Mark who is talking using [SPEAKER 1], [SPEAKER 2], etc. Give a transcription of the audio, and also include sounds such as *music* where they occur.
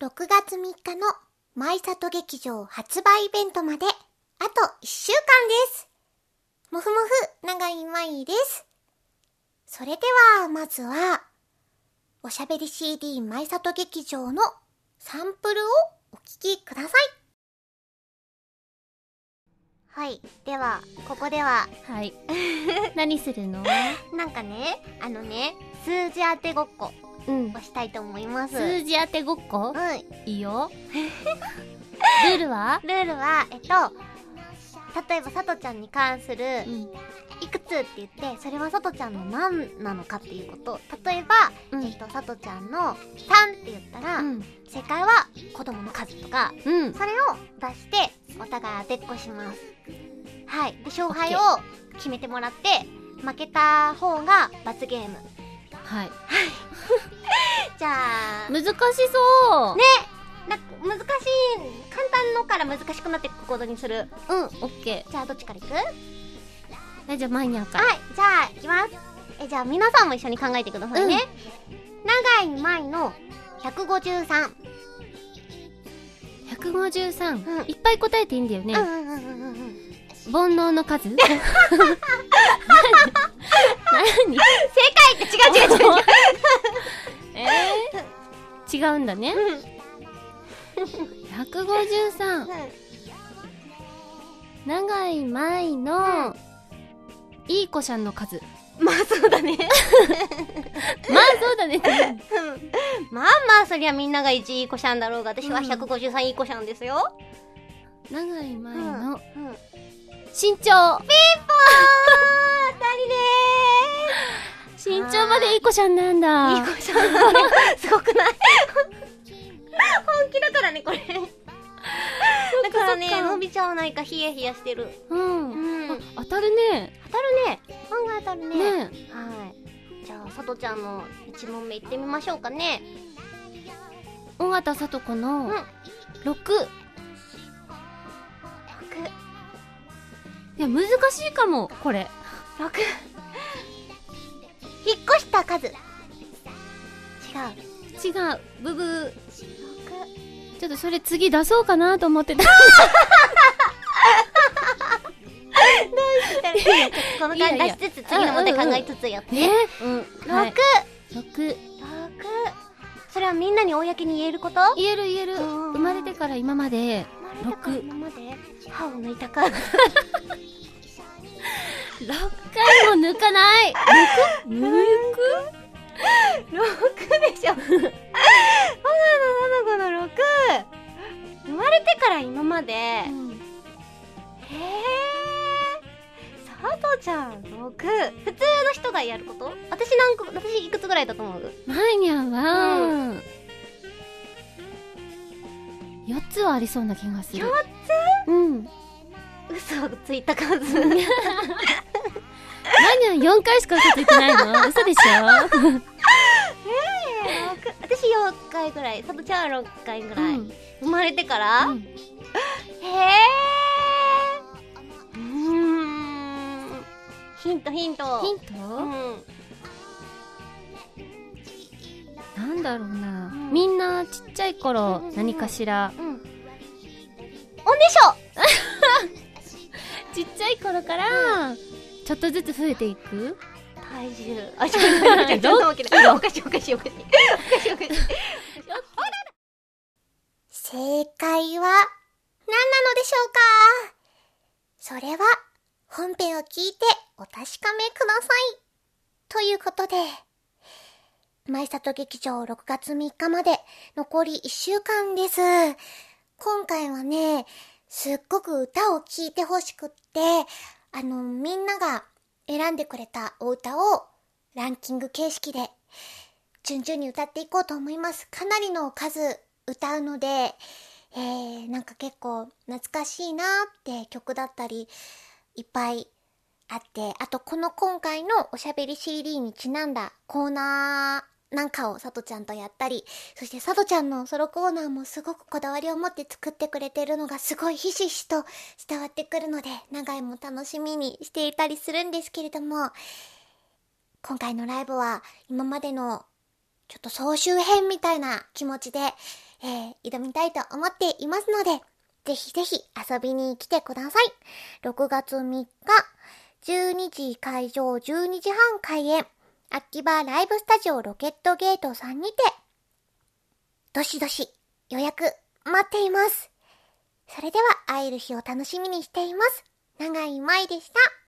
[SPEAKER 1] 6月3日の舞里劇場発売イベントまであと1週間です。もふもふ長井舞です。それではまずは、おしゃべり CD 舞里劇場のサンプルをお聴きください。はい。では、ここでは、
[SPEAKER 2] はい。 *laughs* 何するの？
[SPEAKER 1] なんかね、あのね、数字当てごっこ
[SPEAKER 2] うん
[SPEAKER 1] を。したいと思います。
[SPEAKER 2] 数字当てごっこ？
[SPEAKER 1] うん。
[SPEAKER 2] いい
[SPEAKER 1] *laughs*
[SPEAKER 2] よ。ルールは？
[SPEAKER 1] ルールは、えっと、例えば、さとちゃんに関する、
[SPEAKER 2] ん。
[SPEAKER 1] いくつって言って、それはさとちゃんの何なのかっていうこと。例えば、
[SPEAKER 2] うん
[SPEAKER 1] えっと、さとちゃんの3って言ったら、
[SPEAKER 2] うん。
[SPEAKER 1] 正解は子供の数とか、
[SPEAKER 2] うん。
[SPEAKER 1] それを出して、お互い当てっこします。はい。で、勝敗を決めてもらって、負けた方が罰ゲーム。
[SPEAKER 2] はい。
[SPEAKER 1] じゃあ、
[SPEAKER 2] 難しそう。
[SPEAKER 1] ねな難しい、簡単のから難しくなっていくことにする。うん。
[SPEAKER 2] オッケ
[SPEAKER 1] じゃあ、どっちからいく
[SPEAKER 2] ー。えじゃあマイニャンから。
[SPEAKER 1] はい、じゃあ、いきます。え、じゃあ、皆さんも一緒に考えてくださいね。長い前の153。
[SPEAKER 2] 百五十三
[SPEAKER 1] うん。
[SPEAKER 2] いっぱい答えていいんだよね
[SPEAKER 1] うん。うんうんうんうん。
[SPEAKER 2] 煩悩の
[SPEAKER 1] *laughs*
[SPEAKER 2] 数？何？何
[SPEAKER 1] 正解って違う違う違う違う。
[SPEAKER 2] えー、違うんだね。百五十三。長い前の、いい子ちゃんの数。
[SPEAKER 1] まあ、そうだね。
[SPEAKER 2] まあそうだね。
[SPEAKER 1] *laughs* まあまあ、そりゃみんなが1いい子ちゃんだろうが、私は153いい子ちゃんですよ。
[SPEAKER 2] 長い前の
[SPEAKER 1] うん。あ
[SPEAKER 2] 身長。
[SPEAKER 1] あ、当た
[SPEAKER 2] 身長までいい子ちゃんなん
[SPEAKER 1] りで
[SPEAKER 2] だ。
[SPEAKER 1] ーす。いい子ちゃんだね。すごくない本気だからね、これ。だからね、伸びちゃわないか、ヒヤヒヤしてる。
[SPEAKER 2] うん。
[SPEAKER 1] うん
[SPEAKER 2] あ当たるね。
[SPEAKER 1] 当たるね案外当たるね
[SPEAKER 2] ね
[SPEAKER 1] はいじゃあさとちゃんの1問目いってみましょうかね
[SPEAKER 2] 尾形聡子
[SPEAKER 1] うん
[SPEAKER 2] の
[SPEAKER 1] 6
[SPEAKER 2] 6。いや、難しいかも、これ。
[SPEAKER 1] 6引っ越した数違う
[SPEAKER 2] 違う。ブブー。
[SPEAKER 1] *laughs* 6
[SPEAKER 2] ちょっとそれ次出そうかなと思ってた。
[SPEAKER 1] この感じ出しつつ次の問題考えつつやって
[SPEAKER 2] ね。うん。
[SPEAKER 1] 6、
[SPEAKER 2] はい。6。
[SPEAKER 1] 六それはみんなに公に言えること
[SPEAKER 2] 言える言える。
[SPEAKER 1] うん
[SPEAKER 2] 生まれてから今まで、
[SPEAKER 1] 生まれたから
[SPEAKER 2] 六
[SPEAKER 1] 今まで歯を抜いたか
[SPEAKER 2] 6回も抜かない。抜く抜く
[SPEAKER 1] 6で *laughs* しょほなのなのこの6生まれてから今までへえ佐藤ちゃん6普通の人がやること私何個私いくつぐらいだと思う
[SPEAKER 2] マイニャンは、4つはありそうな気がする。
[SPEAKER 1] 四
[SPEAKER 2] つうん。マ
[SPEAKER 1] 嘘をついた数
[SPEAKER 2] イニャン4回しか嘘ついてない
[SPEAKER 1] *laughs*
[SPEAKER 2] の嘘でしょ、
[SPEAKER 1] 私4回ぐらい佐藤ちゃんは6回ぐ
[SPEAKER 2] う
[SPEAKER 1] らい、
[SPEAKER 2] ん
[SPEAKER 1] 生まれてから、へ
[SPEAKER 2] うん
[SPEAKER 1] えうーんヒントヒント
[SPEAKER 2] ヒン
[SPEAKER 1] う
[SPEAKER 2] ト、
[SPEAKER 1] ん
[SPEAKER 2] なんだろうな、
[SPEAKER 1] うん
[SPEAKER 2] みんなちっちゃい頃何かしら、
[SPEAKER 1] うんおねしょ
[SPEAKER 2] ちっちゃい頃から、ちょっとずつ増えていく
[SPEAKER 1] 体重あ、ちょっと待って、ちょっと待って、おかしいおかしいおかしい。おかしいおかしい。正解は、何なのでしょうかそれは、本編を聞いてお確かめください。ということで、舞里劇場6月3日まで残り1週間です。今回はね、すっごく歌を聴いてほしくって、あの、みんなが選んでくれたお歌をランキング形式で順々に歌っていこうと思います。かなりの数歌うので、えー、なんか結構懐かしいなーって曲だったりいっぱいあって、あとこの今回のおしゃべり CD にちなんだコーナーなんかをさとちゃんとやったり、そしてさとちゃんのソロコーナーもすごくこだわりを持って作ってくれてるのがすごいひしひしと伝わってくるので、長井も楽しみにしていたりするんですけれども、今回のライブは今までのちょっと総集編みたいな気持ちでえー挑みたいと思っていますので、ぜひぜひ遊びに来てください。6月3日、12時会場12時半開演、秋葉ライブスタジオロケットゲートさんにて、どしどし予約待っています。それでは会える日を楽しみにしています。長井舞でした。